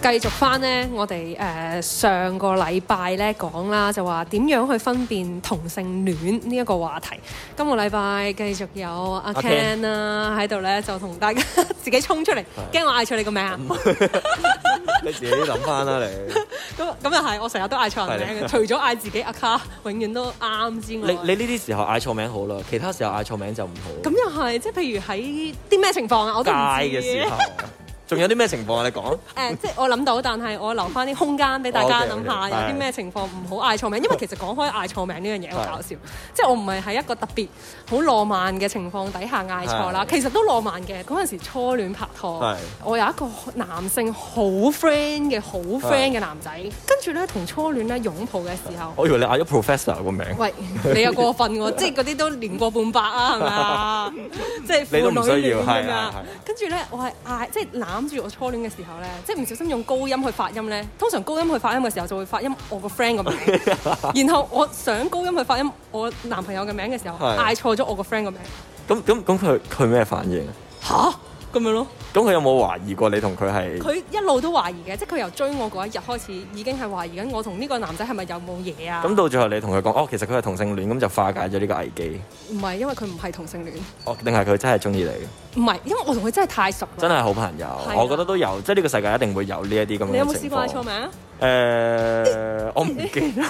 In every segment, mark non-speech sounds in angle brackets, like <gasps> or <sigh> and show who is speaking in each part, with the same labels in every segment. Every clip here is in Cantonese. Speaker 1: 繼續翻呢，我哋誒、呃上個禮拜呢講啦，就話點樣去分辨同性戀呢一個話題。今個禮拜繼續有阿
Speaker 2: 阿
Speaker 1: Ken 啦喺度呢，就同大家自己衝出嚟，驚我嗌錯你個名啊！
Speaker 2: 你自己諗翻
Speaker 1: <laughs>
Speaker 2: 啦，你
Speaker 1: 咁咁又係，我成日都嗌錯人名嘅，除咗嗌自己阿卡，永遠都啱之
Speaker 2: 你
Speaker 1: 外。
Speaker 2: 你呢啲時候嗌錯名好啦，其他時候嗌錯名就唔好。
Speaker 1: 咁又係，即係譬如喺啲咩情況啊？我都唔
Speaker 2: 街嘅
Speaker 1: 知
Speaker 2: 時候，仲有啲咩情況啊？你講
Speaker 1: 誒、即係我諗到，但係我留翻啲空間俾大家
Speaker 2: OK，OK，
Speaker 1: 諗下，有啲咩情況唔好嗌錯名，因為其實講開嗌錯名呢樣嘢好搞笑，即係我唔係喺一個特別好浪漫嘅情況底下嗌錯啦，
Speaker 2: 係
Speaker 1: 其實都浪漫嘅。嗰陣時初戀拍拖
Speaker 2: 係，
Speaker 1: 我有一個男性好 friend 嘅好 friend 嘅男仔，跟住咧同初戀咧擁抱嘅時候。
Speaker 2: 我以為你嗌咗 professor 個名，
Speaker 1: 喂，你又過分
Speaker 2: <laughs>
Speaker 1: 喎！即係嗰啲都年過半百啊，係咪啊？即係
Speaker 2: 你都唔
Speaker 1: 父女
Speaker 2: 需要
Speaker 1: 戀咁樣
Speaker 2: 係係係
Speaker 1: 跟住咧，我係嗌，即係攬住我初戀嘅時候咧，即係唔小心用高音去發音咧。通常高音去發音嘅時候就會發音我個 friend 個
Speaker 2: <laughs>
Speaker 1: 名，然後我想高音去發音我男朋友嘅名嘅時候，
Speaker 2: 係
Speaker 1: 嗌錯咗我個 friend 個名，
Speaker 2: 咁咁咁佢佢咩反應？啊
Speaker 1: 吓？咁樣咯。
Speaker 2: 咁佢有冇懷疑過你同佢係？
Speaker 1: 佢一路都懷疑嘅，即係佢由追我嗰一日開始已經係懷疑緊我同呢個男仔係咪有冇嘢啊？
Speaker 2: 咁到最後你同佢講，哦，其實佢係同性戀，咁就化解咗呢個危機。
Speaker 1: 唔係因為佢唔係同性戀，
Speaker 2: 哦，定係佢真係中意你，
Speaker 1: 唔係因為我同佢真係太熟啦。
Speaker 2: 真係好朋友。
Speaker 1: 係啊
Speaker 2: 我覺得都有，即係呢個世界一定會有呢一啲咁樣嘅情況。
Speaker 1: 你有冇試過嗌錯名啊？
Speaker 2: 誒，我唔記
Speaker 1: <laughs>
Speaker 2: 得，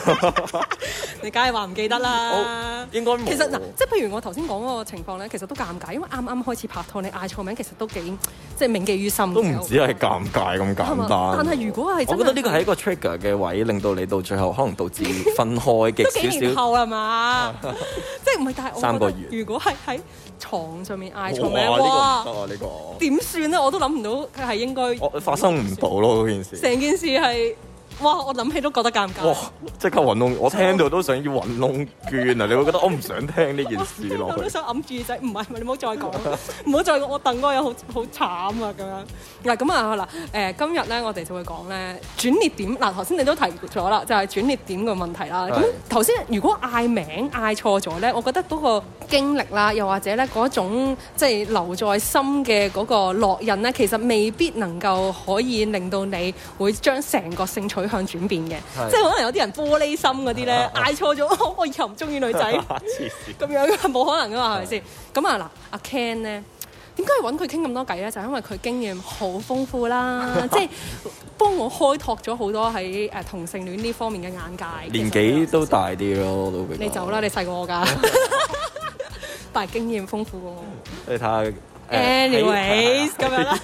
Speaker 1: 你梗係話唔記得啦
Speaker 2: 我。應該冇。
Speaker 1: 其實嗱，即係譬如我頭先講嗰個情況咧，其實都尷尬，因為啱啱開始拍拖，你嗌錯名其實都幾即係銘記於心。
Speaker 2: 都唔止係。尷尬咁
Speaker 1: 係嘛
Speaker 2: 簡單。
Speaker 1: 但係如果係真
Speaker 2: 我
Speaker 1: 係
Speaker 2: 覺得呢個係一個 trigger 嘅位，令到你到最後可能導致分開
Speaker 1: 都幾
Speaker 2: 嘅
Speaker 1: 年
Speaker 2: 少少。
Speaker 1: 後係
Speaker 2: <laughs>
Speaker 1: 嘛？即係唔係？但係我
Speaker 2: 三個
Speaker 1: 覺
Speaker 2: 月
Speaker 1: 得如果係喺床上面嗌錯名，
Speaker 2: 哇！呢個
Speaker 1: 哇！
Speaker 2: 唔得啊，呢個
Speaker 1: 點算咧？我都諗唔到佢係應該。
Speaker 2: 我發生唔到咯，嗰件事。
Speaker 1: 成件事係哇！我諗起都覺得尷尬
Speaker 2: 哇。！即刻揾窿，我聽到都想要揾窿捐啊！你會覺得我唔想聽呢件事
Speaker 1: <laughs> 我
Speaker 2: 落
Speaker 1: 都
Speaker 2: 去。
Speaker 1: 想揞住耳仔，唔係唔係，你唔好再講， <laughs> 唔好再講，我等嗰個人好好慘啊咁樣。嗱咁啊嗱，誒、今日咧我哋就會講咧轉捩點。嗱頭先你都提咗啦，就係、轉捩點嘅問題啦。咁
Speaker 2: 係
Speaker 1: 頭先如果嗌名嗌錯咗咧，我覺得嗰個經歷啦，又或者咧嗰種即係留在心嘅嗰個烙印咧，其實未必能夠可以令到你會將成個性取向轉變嘅。
Speaker 2: 係
Speaker 1: 即係可能有啲人玻璃心嗰啲咧，嗌錯咗， <laughs> 我以後唔中意女仔。
Speaker 2: <laughs> 黐線！
Speaker 1: 咁樣冇可能噶嘛，係咪先？咁啊嗱，阿 Ken 咧，點解要揾佢傾咁多偈咧？就係因為佢經驗好豐富啦，
Speaker 2: <laughs>
Speaker 1: 即係幫我開拓咗好多喺誒同性戀呢方面嘅眼界。
Speaker 2: 年紀都大啲咯，我都哦比較
Speaker 1: 你走啦，你細過我㗎， <laughs> 但係經驗豐富過我。
Speaker 2: 你睇下。 <laughs> 誒啊
Speaker 1: anyways
Speaker 2: 喺
Speaker 1: 咁樣
Speaker 2: <laughs>
Speaker 1: 啦，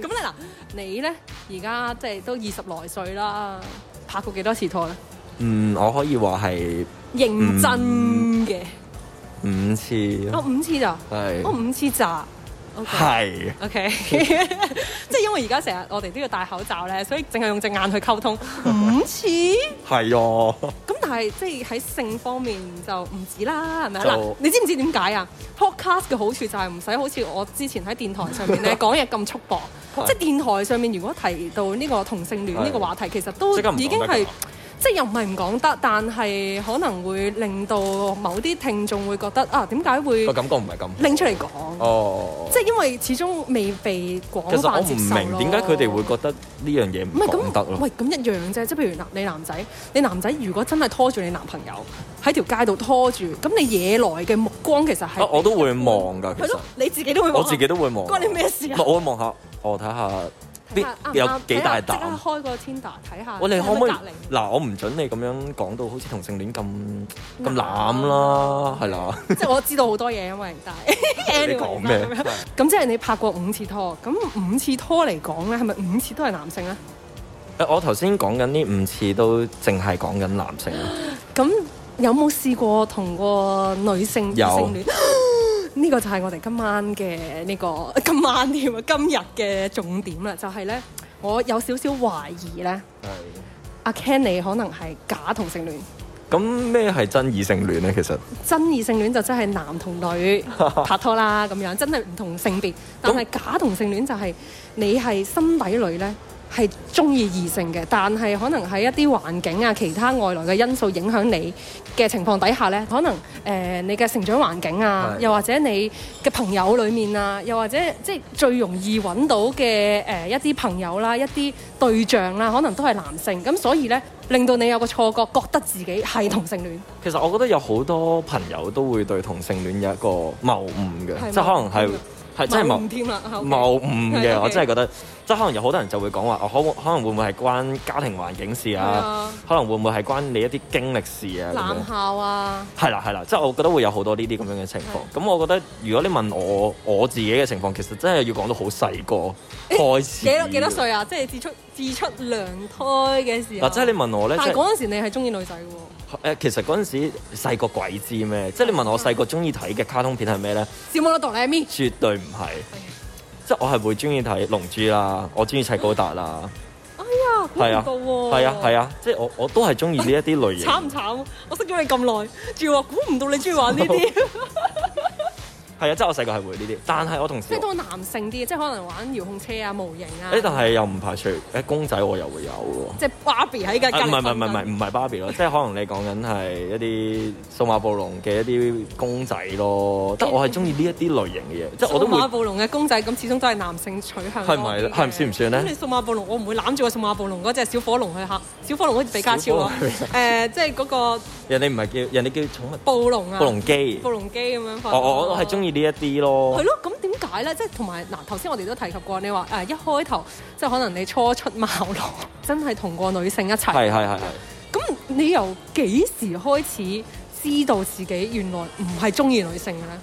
Speaker 1: 咁咧嗱，你咧而家即係都二十來歲啦，拍過幾多次拖咧？
Speaker 2: 嗯，我可以話係
Speaker 1: 認真嘅，
Speaker 2: 五次
Speaker 1: 我
Speaker 2: 咯，
Speaker 1: 五次咋？
Speaker 2: 係
Speaker 1: 我五次咋？OK。
Speaker 2: 係
Speaker 1: O <laughs> K，即係因為而家成日我哋都要戴口罩咧，所以淨係用隻眼去溝通五次。咁
Speaker 2: 係啊！
Speaker 1: 但係即係喺性方面就唔止啦，係咪啊？
Speaker 2: 就
Speaker 1: 嗱，你知唔知點解啊？Podcast 嘅好處就係唔使好似我之前喺電台上面 <laughs> 咧講嘢咁束縛，
Speaker 2: 係
Speaker 1: 即係電台上面如果提到呢個同性戀呢個話題，其實都
Speaker 2: 即刻唔講得
Speaker 1: 已經係
Speaker 2: 㗎。
Speaker 1: 即係又唔係唔講得，但係可能會令到某啲聽眾會覺得啊，點解會
Speaker 2: 個感覺唔係咁好
Speaker 1: 拎出嚟講？
Speaker 2: 哦。
Speaker 1: 即係因為始終未被廣
Speaker 2: 其實我
Speaker 1: 泛
Speaker 2: 唔
Speaker 1: 接受
Speaker 2: 明點解佢哋會覺得呢樣嘢唔
Speaker 1: 唔係
Speaker 2: 講得
Speaker 1: 咁，
Speaker 2: 咯。
Speaker 1: 喂咁一樣啫。即係譬如嗱，你男仔，你男仔如果真係拖住你男朋友喺條街度拖住，咁你惹來嘅目光其實係
Speaker 2: 啊我都會望㗎，其
Speaker 1: 係
Speaker 2: 實
Speaker 1: 咯，你自己都會望啊
Speaker 2: 我
Speaker 1: 下，
Speaker 2: 自己都會望。
Speaker 1: 關你咩事
Speaker 2: 唔
Speaker 1: 啊
Speaker 2: 係？我會望下，我睇下啊
Speaker 1: 睇下啱唔
Speaker 2: 啲
Speaker 1: 啱
Speaker 2: 有幾大
Speaker 1: 睇啊下即
Speaker 2: 膽。
Speaker 1: 刻開個 Tinder 睇下，
Speaker 2: 我你可唔可以
Speaker 1: 係咪隔離
Speaker 2: 嗱？我唔準你咁樣講到好似同性戀咁咁濫
Speaker 1: 濫
Speaker 2: 啦，係啦。
Speaker 1: 即係我知道好多嘢，因為但係
Speaker 2: <laughs> 你
Speaker 1: anyway
Speaker 2: 講咩
Speaker 1: 咁樣？ <laughs> 咁即係你拍過五次拖，咁五次拖嚟講咧，係咪五次都係男性咧？
Speaker 2: 誒我頭先講緊呢五次都淨係講緊男性咯，
Speaker 1: 咁有冇試過同個女性異
Speaker 2: 有
Speaker 1: 性戀？ <gasps> 呢個就係我哋今晚嘅呢、個 <laughs> 今晚添啊，今日嘅重點啦，就係、呢。我有少少懷疑呢，
Speaker 2: 係。
Speaker 1: 阿 Ken 你可能係假同性戀，
Speaker 2: 咁咩係真異性戀咧？其實
Speaker 1: 真異性戀就真係男同
Speaker 2: <laughs>
Speaker 1: 女拍拖啦咁樣，真係唔同性別。但係假同性戀就係你係心底裏呢，係中意異性嘅，但係可能喺一啲環境啊、其他外來嘅因素影響你嘅情況底下呢，可能誒、呃你嘅成長環境啊，
Speaker 2: 係
Speaker 1: 又或者你嘅朋友裡面啊，又或者即係最容易揾到嘅誒、呃一啲朋友啦、一啲對象啦，可能都係男性，咁所以呢，令到你有個錯覺，覺得自己係同性戀。
Speaker 2: 其實我覺得有好多朋友都會對同性戀有一個謬誤嘅，
Speaker 1: 係
Speaker 2: 即係可能係
Speaker 1: 謬誤
Speaker 2: 係真係
Speaker 1: 唔
Speaker 2: 謬
Speaker 1: 添啦，後面
Speaker 2: 謬誤
Speaker 1: 係 <laughs>
Speaker 2: 嘅，
Speaker 1: ，OK
Speaker 2: 我真係覺得即係可能有好多人就會講話，哦可可能會唔會係關家庭環境事
Speaker 1: 係
Speaker 2: 啊
Speaker 1: 啊？
Speaker 2: 可能會唔會係關你一啲經歷事啊？咁樣
Speaker 1: 男校啊，
Speaker 2: 係啦係啦，即係我覺得會有好多呢啲咁樣嘅情況。咁我覺得如果你問我我自己嘅情況，其實真係要講到好細個開始。
Speaker 1: 幾多幾多？歲啊？啊即係自出自出娘胎嘅時候。
Speaker 2: 嗱，即係你問我咧，
Speaker 1: 但
Speaker 2: 即
Speaker 1: 係
Speaker 2: 係
Speaker 1: 嗰陣時你係中意女仔嘅喎，
Speaker 2: 誒，其實嗰陣時細個鬼知咩？即係你問我細個中意睇嘅卡通片係咩咧？
Speaker 1: 小魔女哆啦咪。
Speaker 2: 絕對唔係，即係我係會中意睇《龍珠》啦，我中意砌高達啦，
Speaker 1: 哎呀，估
Speaker 2: 係啊，
Speaker 1: 唔到喎。
Speaker 2: 係啊，係
Speaker 1: 啊。
Speaker 2: 啊，即係我我都係中意呢一啲類型。
Speaker 1: 慘唔慘？我識咗你咁耐，仲要話估唔到你中意玩呢
Speaker 2: <laughs>
Speaker 1: 啲，
Speaker 2: 係啊，即係我細個係會呢啲，但係我同時
Speaker 1: 即係多男性啲，即係可能玩遙控車啊、模型啊，
Speaker 2: 哎誒，但係又唔排除誒公仔我又會有喎。
Speaker 1: 即係芭比喺嘅
Speaker 2: 啊
Speaker 1: 隔
Speaker 2: 唔
Speaker 1: 離
Speaker 2: 係唔
Speaker 1: 瞓
Speaker 2: 係唔係
Speaker 1: 緊
Speaker 2: 唔係芭比咯，即係可能你講緊係一啲數碼暴龍嘅一啲公仔咯，得我係中意呢一啲類型嘅嘢，即係我都
Speaker 1: 數碼
Speaker 2: 會
Speaker 1: 暴龍嘅公仔咁，始終都係男性取向啊多啲嘅。
Speaker 2: 係咪咧係算唔算咧
Speaker 1: 咁你數碼暴龍，我唔會攬住個數碼暴龍嗰只小火龍去嚇，小火龍好似比卡超啊
Speaker 2: 小火龍係，
Speaker 1: 誒，即係嗰個
Speaker 2: 人哋唔係叫人哋叫寵物
Speaker 1: 暴龍啊，
Speaker 2: 暴龍機，
Speaker 1: 暴龍機咁樣發。
Speaker 2: 我我我係中
Speaker 1: 意。
Speaker 2: 意呢一啲咯
Speaker 1: 係。咯，咁點解咧？即係同埋嗱，頭先我哋都提及過，你話誒一開頭即係可能你初出茅廬， <laughs> 真係同個女性一齊。
Speaker 2: 係係係係，
Speaker 1: 咁你由幾時開始知道自己原來唔係中意女性嘅咧？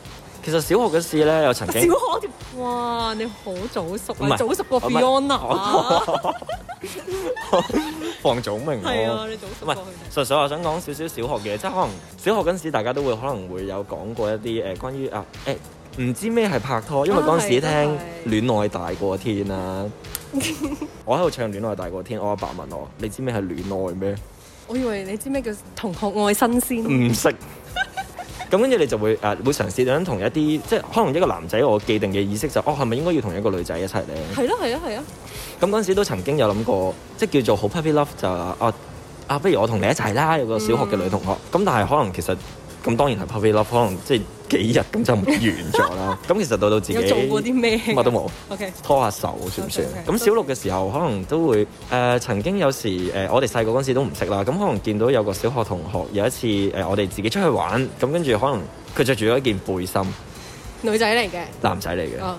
Speaker 2: 其實小學嗰時咧，有曾
Speaker 1: 小
Speaker 2: 經
Speaker 1: 學添，哇！你好早熟
Speaker 2: 唔係
Speaker 1: 啊，早熟過
Speaker 2: 我唔係
Speaker 1: Fiona 啊，
Speaker 2: 房祖名
Speaker 1: 係
Speaker 2: 咯
Speaker 1: 啊，。你早熟
Speaker 2: 唔
Speaker 1: 過
Speaker 2: 係
Speaker 1: 佢。，
Speaker 2: 純粹我想講少少小學嘅，即係可能小學嗰陣時，大家都會可能會有講過一啲誒、呃、關於啊誒唔、知咩係拍拖，因為嗰陣時
Speaker 1: 啊係啊
Speaker 2: 聽戀愛大過天
Speaker 1: <laughs>
Speaker 2: 啦。我喺度唱戀愛大過天，我阿爸問我：你知咩係戀愛咩？
Speaker 1: 我以為你知咩叫同學愛新鮮，
Speaker 2: 唔識。咁跟住你就會誒、呃、會嘗試想同一啲即係可能一個男仔，我既定嘅意識就哦係咪應該要同一個女仔一齊咧？
Speaker 1: 係咯係咯係咯，
Speaker 2: 咁嗰陣時都曾經有諗過，即係叫做好 puppy love 就話啊啊，不如我同你一齊啦！有個小學嘅女同學，咁、但係可能其實咁當然係 puppy love，可能即係幾日咁就完咗啦。咁其實到到自己
Speaker 1: 有做過啲咩？
Speaker 2: 乜都冇。
Speaker 1: OK，
Speaker 2: 拖下手算唔算
Speaker 1: OK，OK，？
Speaker 2: 咁小六嘅時候，可能都會誒、呃曾經有時誒、呃我哋細個嗰陣時都唔識啦。咁可能見到有個小學同學有一次誒、呃我哋自己出去玩，咁跟住可能佢着住咗一件背心，
Speaker 1: 女仔嚟嘅，
Speaker 2: 男仔嚟嘅。
Speaker 1: 啊，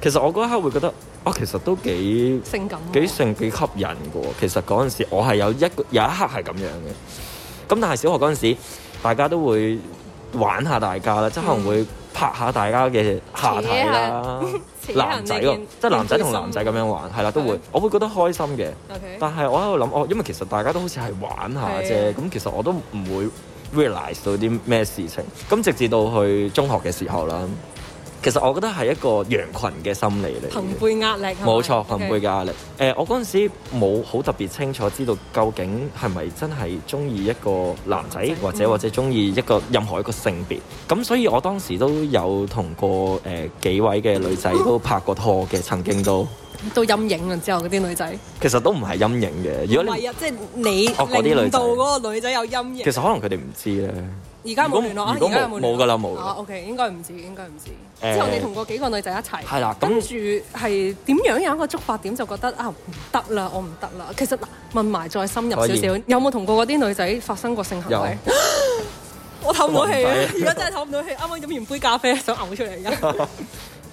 Speaker 2: 其實我嗰一刻會覺得，啊，其實都幾
Speaker 1: 性感喎，
Speaker 2: 幾性幾吸引嘅喎。其實嗰陣時我係有一個有一刻係咁樣嘅。咁但係小學嗰陣時，大家都會玩下大家啦，即係可能會拍下大家嘅下體啦。 <laughs>
Speaker 1: 扯下
Speaker 2: 男仔
Speaker 1: 你
Speaker 2: 咯
Speaker 1: 件，
Speaker 2: 即係男仔
Speaker 1: 件
Speaker 2: 同
Speaker 1: 背
Speaker 2: 男仔
Speaker 1: 心
Speaker 2: 咁樣玩，係啦，都會
Speaker 1: 係，
Speaker 2: 我會覺得開心嘅。
Speaker 1: OK，
Speaker 2: 但係我喺度諗，哦，因為其實大家都好似係玩下啫，
Speaker 1: 係
Speaker 2: 咁其實我都唔會 realize 到啲咩事情。咁直至到去中學嘅時候啦，其實我覺得係一個羊群嘅心理嚟嘅。
Speaker 1: 朋輩壓力係咪
Speaker 2: 冇錯，朋
Speaker 1: OK
Speaker 2: 輩嘅壓力。誒、我嗰陣時冇好特別清楚知道究竟係咪真係中意一個男仔，或
Speaker 1: 嗯
Speaker 2: 者或者中意一個任何一個性別。咁所以我當時都有同過誒、幾位嘅女仔都拍過拖嘅，曾經都
Speaker 1: 都陰影啊！之後嗰啲女仔，
Speaker 2: 其實都唔係陰影嘅。如
Speaker 1: 唔
Speaker 2: 果你
Speaker 1: 係啊，即係你
Speaker 2: 哦嗰啲女仔
Speaker 1: 令到嗰個女仔有陰影
Speaker 2: 其。實可能佢哋唔知咧。
Speaker 1: 而家冇聯絡啊，
Speaker 2: 如
Speaker 1: 而
Speaker 2: 果
Speaker 1: 家有
Speaker 2: 冇
Speaker 1: 聯絡
Speaker 2: 冇㗎啦冇㗎啦
Speaker 1: 啊，OK，應該唔止，應該唔止。
Speaker 2: 誒
Speaker 1: 之後你同過幾個女仔一齊，
Speaker 2: 係啦咁
Speaker 1: 跟住係點樣有一個觸發點，就覺得啊唔得啦，我唔得啦。其實嗱，問埋再深入少
Speaker 2: 可以
Speaker 1: 少，有冇同過嗰啲女仔發生過性行為？ <laughs> 我唞唔到氣啊！而家真係唞唔到氣，啱啱飲完杯咖啡，想嘔出
Speaker 2: <laughs>
Speaker 1: 嚟而家。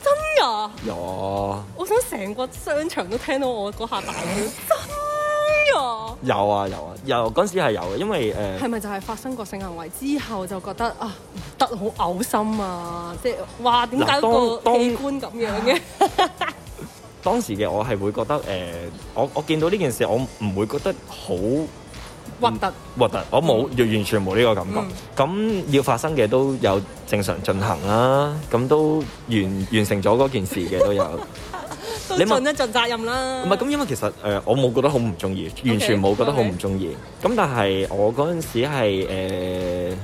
Speaker 1: 真㗎！
Speaker 2: 有
Speaker 1: 我想成個商場都聽到我嗰下大叫，真㗎！
Speaker 2: 有啊有啊有嗰陣時係有嘅，因為誒、
Speaker 1: 係咪就係發生過性行為之後就覺得啊唔得好嘔心啊？即係哇點解
Speaker 2: 嗱當嗯
Speaker 1: 個
Speaker 2: 當
Speaker 1: 器官咁樣嘅？
Speaker 2: 當時嘅我係會覺得誒、我我見到呢件事我唔會覺得好
Speaker 1: 核突
Speaker 2: 核突，我冇完完全冇呢個感覺。咁、要發生嘅都有正常進行啦，咁都完完成咗嗰件事嘅都
Speaker 1: <laughs>
Speaker 2: 有。唔
Speaker 1: 都
Speaker 2: 你問
Speaker 1: 盡一盡責任啦。
Speaker 2: 係咁，因為其實誒、我冇覺得好唔中意，完全冇覺得好唔中意。咁但係我嗰陣時係、誒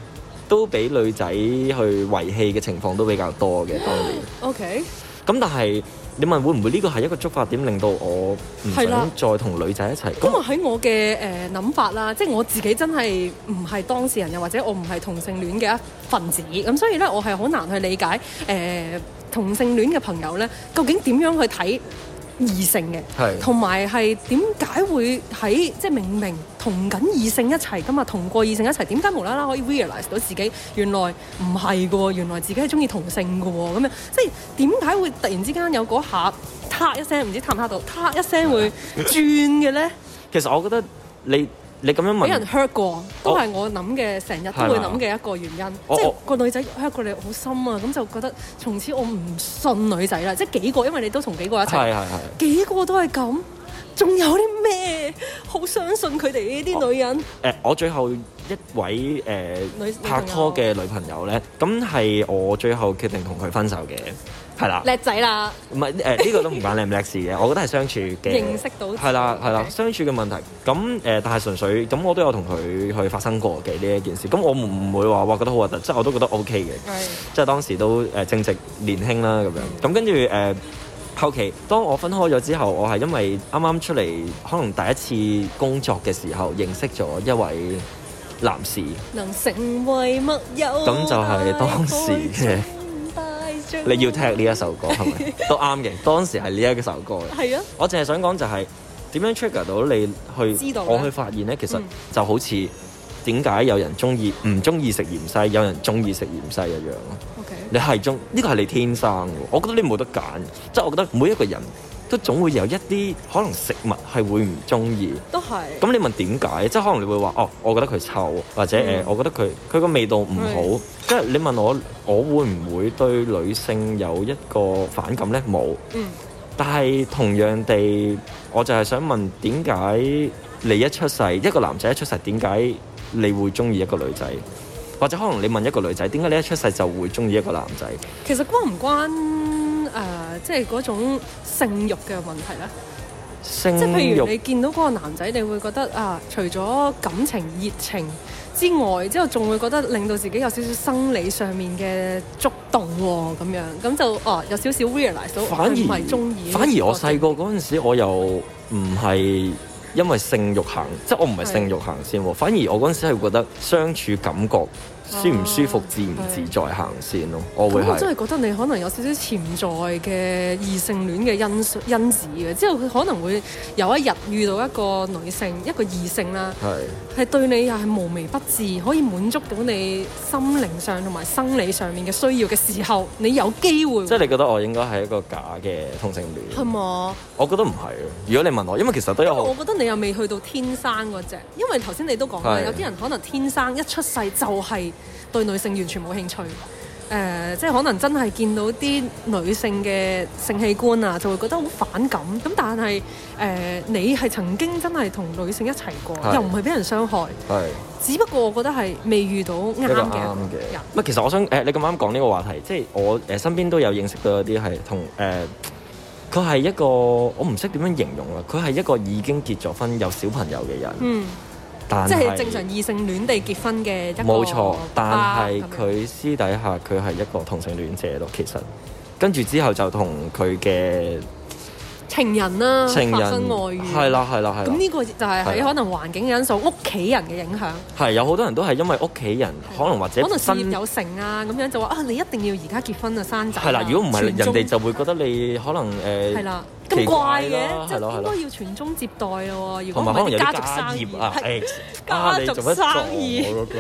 Speaker 2: 都俾
Speaker 1: <gasps>
Speaker 2: 女仔去遺棄嘅情況都比較多嘅當年。
Speaker 1: OK，
Speaker 2: 咁但係你問會唔會呢個係一個觸發點，令到我唔
Speaker 1: 係啦
Speaker 2: 想再同女仔一齊？
Speaker 1: 咁
Speaker 2: 咁
Speaker 1: 啊喺我嘅誒諗法啦，即係我自己真係唔係當事人，又或者我唔係同性戀嘅一份子，咁所以咧我係好難去理解誒、呃同性戀嘅朋友咧，究竟點樣去睇異性嘅？
Speaker 2: 係
Speaker 1: 同埋係點解會喺即係明明同緊異性一齊噶嘛，同過異性一齊，點解無啦啦可以 realise 到自己原來唔係嘅喎，原來自己係中意同性嘅喎，咁樣即係點解會突然之間有嗰下嗒一聲，唔知嗒唔嗒到，嗒一聲會轉嘅咧？
Speaker 2: 其實我覺得你你咁樣
Speaker 1: 俾人
Speaker 2: 問，
Speaker 1: hurt 過，都係我諗嘅，成日都會諗嘅一個原因。
Speaker 2: 我
Speaker 1: 即係
Speaker 2: 我
Speaker 1: 個女仔 hurt 過你好深啊，咁就覺得從此我唔信女仔啦。即係幾個，因為你都同幾個一齊
Speaker 2: 係，係係。
Speaker 1: 幾個都係咁，仲有啲咩好相信佢哋呢啲女人？
Speaker 2: 誒、呃我最後一位誒、
Speaker 1: 女
Speaker 2: 拍拖嘅女朋友咧，咁係我最後決定同佢分手嘅，係啦，
Speaker 1: 叻仔啦，
Speaker 2: 唔係呃
Speaker 1: <laughs>
Speaker 2: 誒呢個都唔關靚唔叻事嘅，我覺得係相處嘅
Speaker 1: 認識到
Speaker 2: 係啦係啦
Speaker 1: OK
Speaker 2: 相處嘅問題。咁誒、呃但係純粹咁我都有同佢去發生過嘅呢一件事，咁我唔會話哇覺得好核突，即係我都覺得 O K 嘅。
Speaker 1: 係
Speaker 2: 即係當時都誒、呃正值年輕啦咁樣。咁跟住誒後期，當我分開咗之後，我係因為啱啱出嚟，可能第一次工作嘅時候認識咗一位男士，
Speaker 1: 能成為密友，
Speaker 2: 咁就係當時嘅你要聽呢一首歌
Speaker 1: <laughs>
Speaker 2: 係咪？都啱嘅，當時係呢一首歌嘅。
Speaker 1: 係啊，
Speaker 2: 我淨係想講就係點樣 trigger 到你去，
Speaker 1: 知道咧
Speaker 2: 我去發現咧，其實
Speaker 1: 嗯
Speaker 2: 就好似點解有人中意唔中意食芫茜，有人中意食芫茜一樣咯。
Speaker 1: OK，
Speaker 2: 你係中呢個係你天生嘅，我覺得你冇得揀。即係我覺得每一個人都總會有一啲可能食物係會唔中意。
Speaker 1: 都係。
Speaker 2: 咁你問點解？即係可能你會話哦，我覺得佢臭，或者誒、
Speaker 1: 嗯
Speaker 2: 呃我覺得佢佢個味道唔好
Speaker 1: 係。
Speaker 2: 即係你問我，我會唔會對女性有一個反感呢？冇。
Speaker 1: 嗯
Speaker 2: 但係同樣地，我就係想問點解你一出世一個男仔一出世點解你會中意一個女仔？或者可能你問一個女仔點解你一出世就會中意一個男仔？
Speaker 1: 其實關唔關誒、呃即係嗰種性慾嘅問題咧？
Speaker 2: 性
Speaker 1: 即係譬如
Speaker 2: 慾
Speaker 1: 你見到嗰個男仔，你會覺得啊，除咗感情熱情之外，之後仲會覺得令到自己有少少生理上面嘅觸動喎、咁樣咁就哦、有少少 realize 到
Speaker 2: 反
Speaker 1: 佢唔
Speaker 2: 而
Speaker 1: 係中意呢個角色。
Speaker 2: 反而我細個嗰陣時，我又唔係因為性慾行，即係我唔係性慾行先喎。反而我嗰陣時係覺得相處感覺舒唔舒服、
Speaker 1: 啊
Speaker 2: 自唔自在行先咯。我會
Speaker 1: 咁我真
Speaker 2: 係
Speaker 1: 係覺得你可能有少少潛在嘅異性戀嘅因素因子嘅，之後佢可能會有一日遇到一個女性、一個異性啦，
Speaker 2: 係
Speaker 1: 係對你又係無微不至，可以滿足到你心靈上同埋生理上面嘅需要嘅時候，你有機會
Speaker 2: 即係你覺得我應該係一個假嘅同性戀？
Speaker 1: 係嘛？
Speaker 2: 我覺得唔係啊。如果你問我，因為其實都有
Speaker 1: 我
Speaker 2: 好
Speaker 1: 覺得你又未去到天生嗰只，因為頭先你都講啦，
Speaker 2: 係
Speaker 1: 有啲人可能天生一出世就係對女性完全冇興趣。誒、即係可能真係見到啲女性嘅性器官啊，就會覺得好反感。咁但係誒、你係曾經真係同女性一齊過，
Speaker 2: 係
Speaker 1: 又唔係俾人傷害，
Speaker 2: 係。
Speaker 1: 只不過我覺得係未遇到啱嘅
Speaker 2: 一個啱嘅
Speaker 1: 人。。
Speaker 2: 唔係，其實我想誒、你咁啱講呢個話題，即係我誒、身邊都有認識到一啲係同誒，佢、係一個我唔識點樣形容啊啦，佢係一個已經結咗婚有小朋友嘅人，
Speaker 1: 嗯，
Speaker 2: 但
Speaker 1: 即
Speaker 2: 係
Speaker 1: 係正常異性戀地結婚嘅一個
Speaker 2: 冇錯，但
Speaker 1: 爸
Speaker 2: 係
Speaker 1: 咁樣
Speaker 2: 佢私底下佢係一個同性戀者咯，其實。跟住之後就同佢嘅
Speaker 1: 情人啦、
Speaker 2: 情
Speaker 1: 啊發
Speaker 2: 人
Speaker 1: 生外遇
Speaker 2: 係啦係啦係
Speaker 1: 咁
Speaker 2: 啦，
Speaker 1: 呢個就係
Speaker 2: 係
Speaker 1: 喺
Speaker 2: 啊
Speaker 1: 可能環境嘅因素、屋企人嘅影響，
Speaker 2: 係有好多人都係因為屋企人可能或者
Speaker 1: 可能事
Speaker 2: 身
Speaker 1: 業有成啊，咁樣就話啊，你一定要而家結婚啊，生仔啊。
Speaker 2: 係啦，如果唔係
Speaker 1: 傳
Speaker 2: 人
Speaker 1: 宗
Speaker 2: 哋就會覺得你可能誒
Speaker 1: 係啦，
Speaker 2: 奇
Speaker 1: 咁怪
Speaker 2: 怪啦
Speaker 1: 嘅，即
Speaker 2: 係咯
Speaker 1: 係
Speaker 2: 係
Speaker 1: 應
Speaker 2: 咯
Speaker 1: 該要傳宗接代咯喎。如
Speaker 2: 同
Speaker 1: 果
Speaker 2: 埋
Speaker 1: 唔
Speaker 2: 可能
Speaker 1: 係
Speaker 2: 有
Speaker 1: 啲
Speaker 2: 啲
Speaker 1: 家
Speaker 2: 家
Speaker 1: 族生意
Speaker 2: 業啊，
Speaker 1: 係
Speaker 2: 誒
Speaker 1: 家
Speaker 2: 你
Speaker 1: 族
Speaker 2: 做乜
Speaker 1: 生意
Speaker 2: 撞我嗰句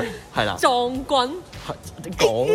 Speaker 1: <laughs>
Speaker 2: 係啦，
Speaker 1: 撞滾。
Speaker 2: 講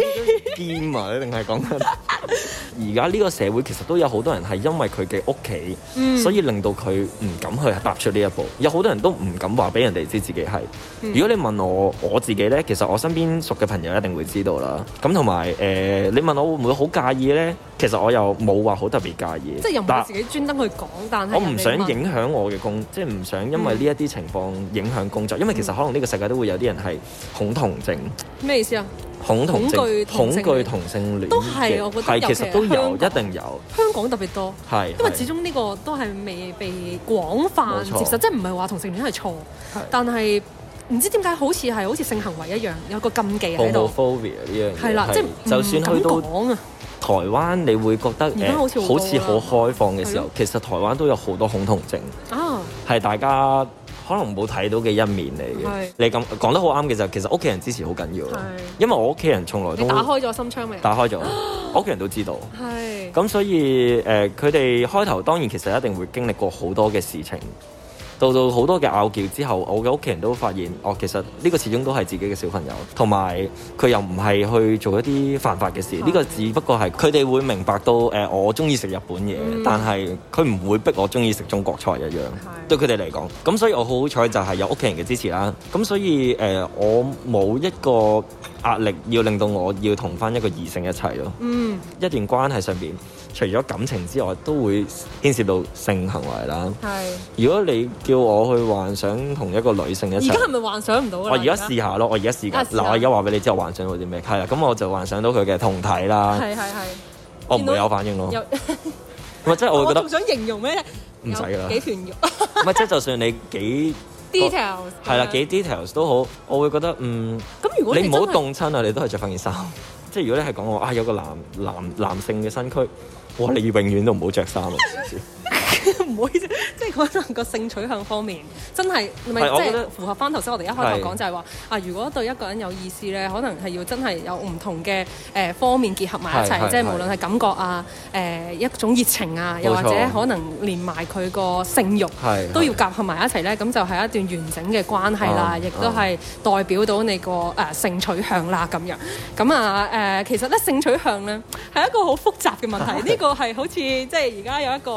Speaker 2: 兼啊，你定係講緊？而家呢個社會其實都有好多人係因為佢嘅屋企，
Speaker 1: 嗯
Speaker 2: 所以令到佢唔敢去踏出呢一步。有好多人都唔敢話俾人哋知自己係。
Speaker 1: 嗯
Speaker 2: 如果你問我我自己呢，其實我身邊熟嘅朋友一定會知道啦。咁同埋誒，你問我會唔會好介意呢？其實我又冇話好特別介意，
Speaker 1: 即係又唔係
Speaker 2: 但
Speaker 1: 自己專登去講，但係
Speaker 2: 我唔
Speaker 1: 人哋
Speaker 2: 想
Speaker 1: 問嗯
Speaker 2: 影響我嘅工，即係唔想因為呢一啲情況影響工作，因為其實可能呢個世界都會有啲人係恐同症、
Speaker 1: 咩意思啊？
Speaker 2: 恐同症
Speaker 1: 恐懼、同性
Speaker 2: 恐
Speaker 1: 戀
Speaker 2: 懼同性戀
Speaker 1: 都係我覺得
Speaker 2: 係
Speaker 1: 尤
Speaker 2: 其
Speaker 1: 其
Speaker 2: 實都有，
Speaker 1: 香
Speaker 2: 一
Speaker 1: 港
Speaker 2: 定有，
Speaker 1: 香港特別多。
Speaker 2: 係
Speaker 1: 因為
Speaker 2: 係
Speaker 1: 始終呢個都係未被廣泛
Speaker 2: 冇錯
Speaker 1: 接受，即係唔係話同性戀係錯
Speaker 2: 係，
Speaker 1: 但係唔知點解好似係好似性行為一樣，有個禁忌喺度，
Speaker 2: homophobia 呢樣嘢
Speaker 1: 係啦，即係
Speaker 2: 就算
Speaker 1: 唔敢
Speaker 2: 去到
Speaker 1: 講啊，
Speaker 2: 台灣你會覺得
Speaker 1: 而家好似
Speaker 2: 誒
Speaker 1: 好
Speaker 2: 好
Speaker 1: 多
Speaker 2: 似好
Speaker 1: 啦
Speaker 2: 開放嘅時
Speaker 1: 係
Speaker 2: 候
Speaker 1: 咯，
Speaker 2: 其實台灣都有好多恐同症。
Speaker 1: 啊，
Speaker 2: 係大家可能冇睇到嘅一面嚟嘅
Speaker 1: 係。
Speaker 2: 你咁講得好啱嘅就係其實屋企人支持好緊要咯
Speaker 1: 係，
Speaker 2: 因為我屋企人從來都
Speaker 1: 你打開咗心窗未？
Speaker 2: 打開咗，我屋企人都知道。
Speaker 1: 係
Speaker 2: 咁所以誒，呃佢、哋開頭當然其實一定會經歷過好多嘅事情，到到好多嘅拗撬之後，我嘅屋企人都發現，哦，其實呢個始終都係自己嘅小朋友，同埋佢又唔係去做一
Speaker 1: 嗯
Speaker 2: 啲犯法嘅事，呢、個只不過係佢哋會明白到誒、呃我中意食日本嘢，
Speaker 1: 嗯
Speaker 2: 但係佢唔會逼我中意食中國菜一
Speaker 1: 係
Speaker 2: 樣。對佢哋嚟講，咁所以我好好彩就係有屋企人嘅支持啦。咁所以誒、呃我冇一個壓力要令到我要同翻一個異性一齊咯。
Speaker 1: 嗯
Speaker 2: 一段關係上邊，除咗感情之外，都會牽涉到性行為啦。
Speaker 1: 係。
Speaker 2: 如果你叫我去幻想同一個女性一
Speaker 1: 而家係
Speaker 2: 齊，
Speaker 1: 咪幻想唔到㗎啦
Speaker 2: 我而家試下咯，我而家試緊
Speaker 1: 啊試下
Speaker 2: 嗱，我而家話俾你知我幻想到啲咩，係啦，咁我就幻想到佢嘅胴體啦，
Speaker 1: 係係係。
Speaker 2: 我唔會有反應咯，
Speaker 1: 有
Speaker 2: 咪即係我會
Speaker 1: 我
Speaker 2: 覺
Speaker 1: 仲
Speaker 2: 得，
Speaker 1: 想形容咩咧？
Speaker 2: 唔使㗎啦
Speaker 1: 有幾團肉
Speaker 2: 咪即係就算你幾
Speaker 1: <laughs> details
Speaker 2: 係啦幾 details 都好，我會覺得嗯。
Speaker 1: 咁如果
Speaker 2: 你唔好
Speaker 1: 動
Speaker 2: 凍親啊！你都係着翻件衫。 <laughs> 即係如果你係講我啊，有個男男男性嘅身軀，哇！你永遠都唔好着衫啊！
Speaker 1: <laughs> 唔好意思，即係可能個性取向方面，真係咪
Speaker 2: 係我
Speaker 1: 即
Speaker 2: 覺
Speaker 1: 係
Speaker 2: 得
Speaker 1: 符合翻頭先我哋一開頭
Speaker 2: 係
Speaker 1: 講就係話啊，如果對一個人有意思咧，可能係要真係有唔同嘅誒、呃方面結合埋一
Speaker 2: 係
Speaker 1: 齊，
Speaker 2: 係
Speaker 1: 即係
Speaker 2: 係
Speaker 1: 無論係感覺啊、誒、一種熱情啊，又或
Speaker 2: 冇錯
Speaker 1: 者可能連埋佢個性慾
Speaker 2: 係
Speaker 1: 都要
Speaker 2: 係
Speaker 1: 夾合埋一齊咧，咁就係一段完整嘅關係啦，
Speaker 2: 啱
Speaker 1: 亦都係代表到你個誒、呃性取向啦咁樣。咁啊誒，其實咧性取向咧係一個好複雜嘅問
Speaker 2: <laughs>
Speaker 1: 題，呢個係好似即係而家有一個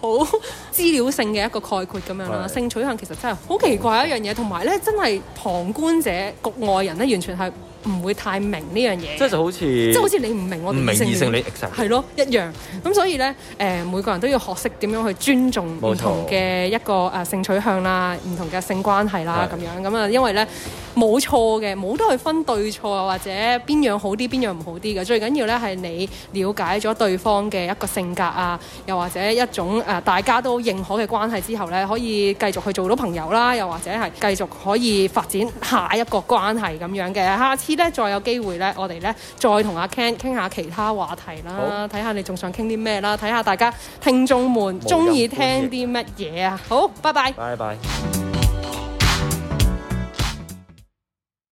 Speaker 1: 好 <laughs> 資料性嘅一個概括咁樣啦。
Speaker 2: 係
Speaker 1: 性取向其實真係好奇怪一樣嘢，同埋咧真係旁觀者、局外人咧完全係唔會太明呢樣嘢。
Speaker 2: 即係就好似即
Speaker 1: 即係好似你唔明我哋
Speaker 2: 唔明異性
Speaker 1: 戀
Speaker 2: 戀，exactly
Speaker 1: 係咯一樣。咁所以咧，誒、每個人都要學識點樣去尊重唔
Speaker 2: 冇錯
Speaker 1: 同嘅一個誒性取向啦，唔同嘅性關係啦咁
Speaker 2: 係
Speaker 1: 樣。咁啊，因為咧冇錯嘅，冇得去分對錯啊，或者邊樣好啲，邊樣唔好啲嘅。最緊要咧係你了解咗對方嘅一個性格啊，又或者一種誒、呃大家都認可嘅關係之後咧，可以繼續去做到朋友啦，又或者係繼續可以發展下一個關係咁樣嘅。下次咧再有機會咧，我哋咧再同阿 Ken 傾下其他話題啦
Speaker 2: 好，
Speaker 1: 睇下你仲想傾啲咩啦，睇下大家聽眾們中意聽啲乜嘢啊。好，拜拜。
Speaker 2: 拜拜。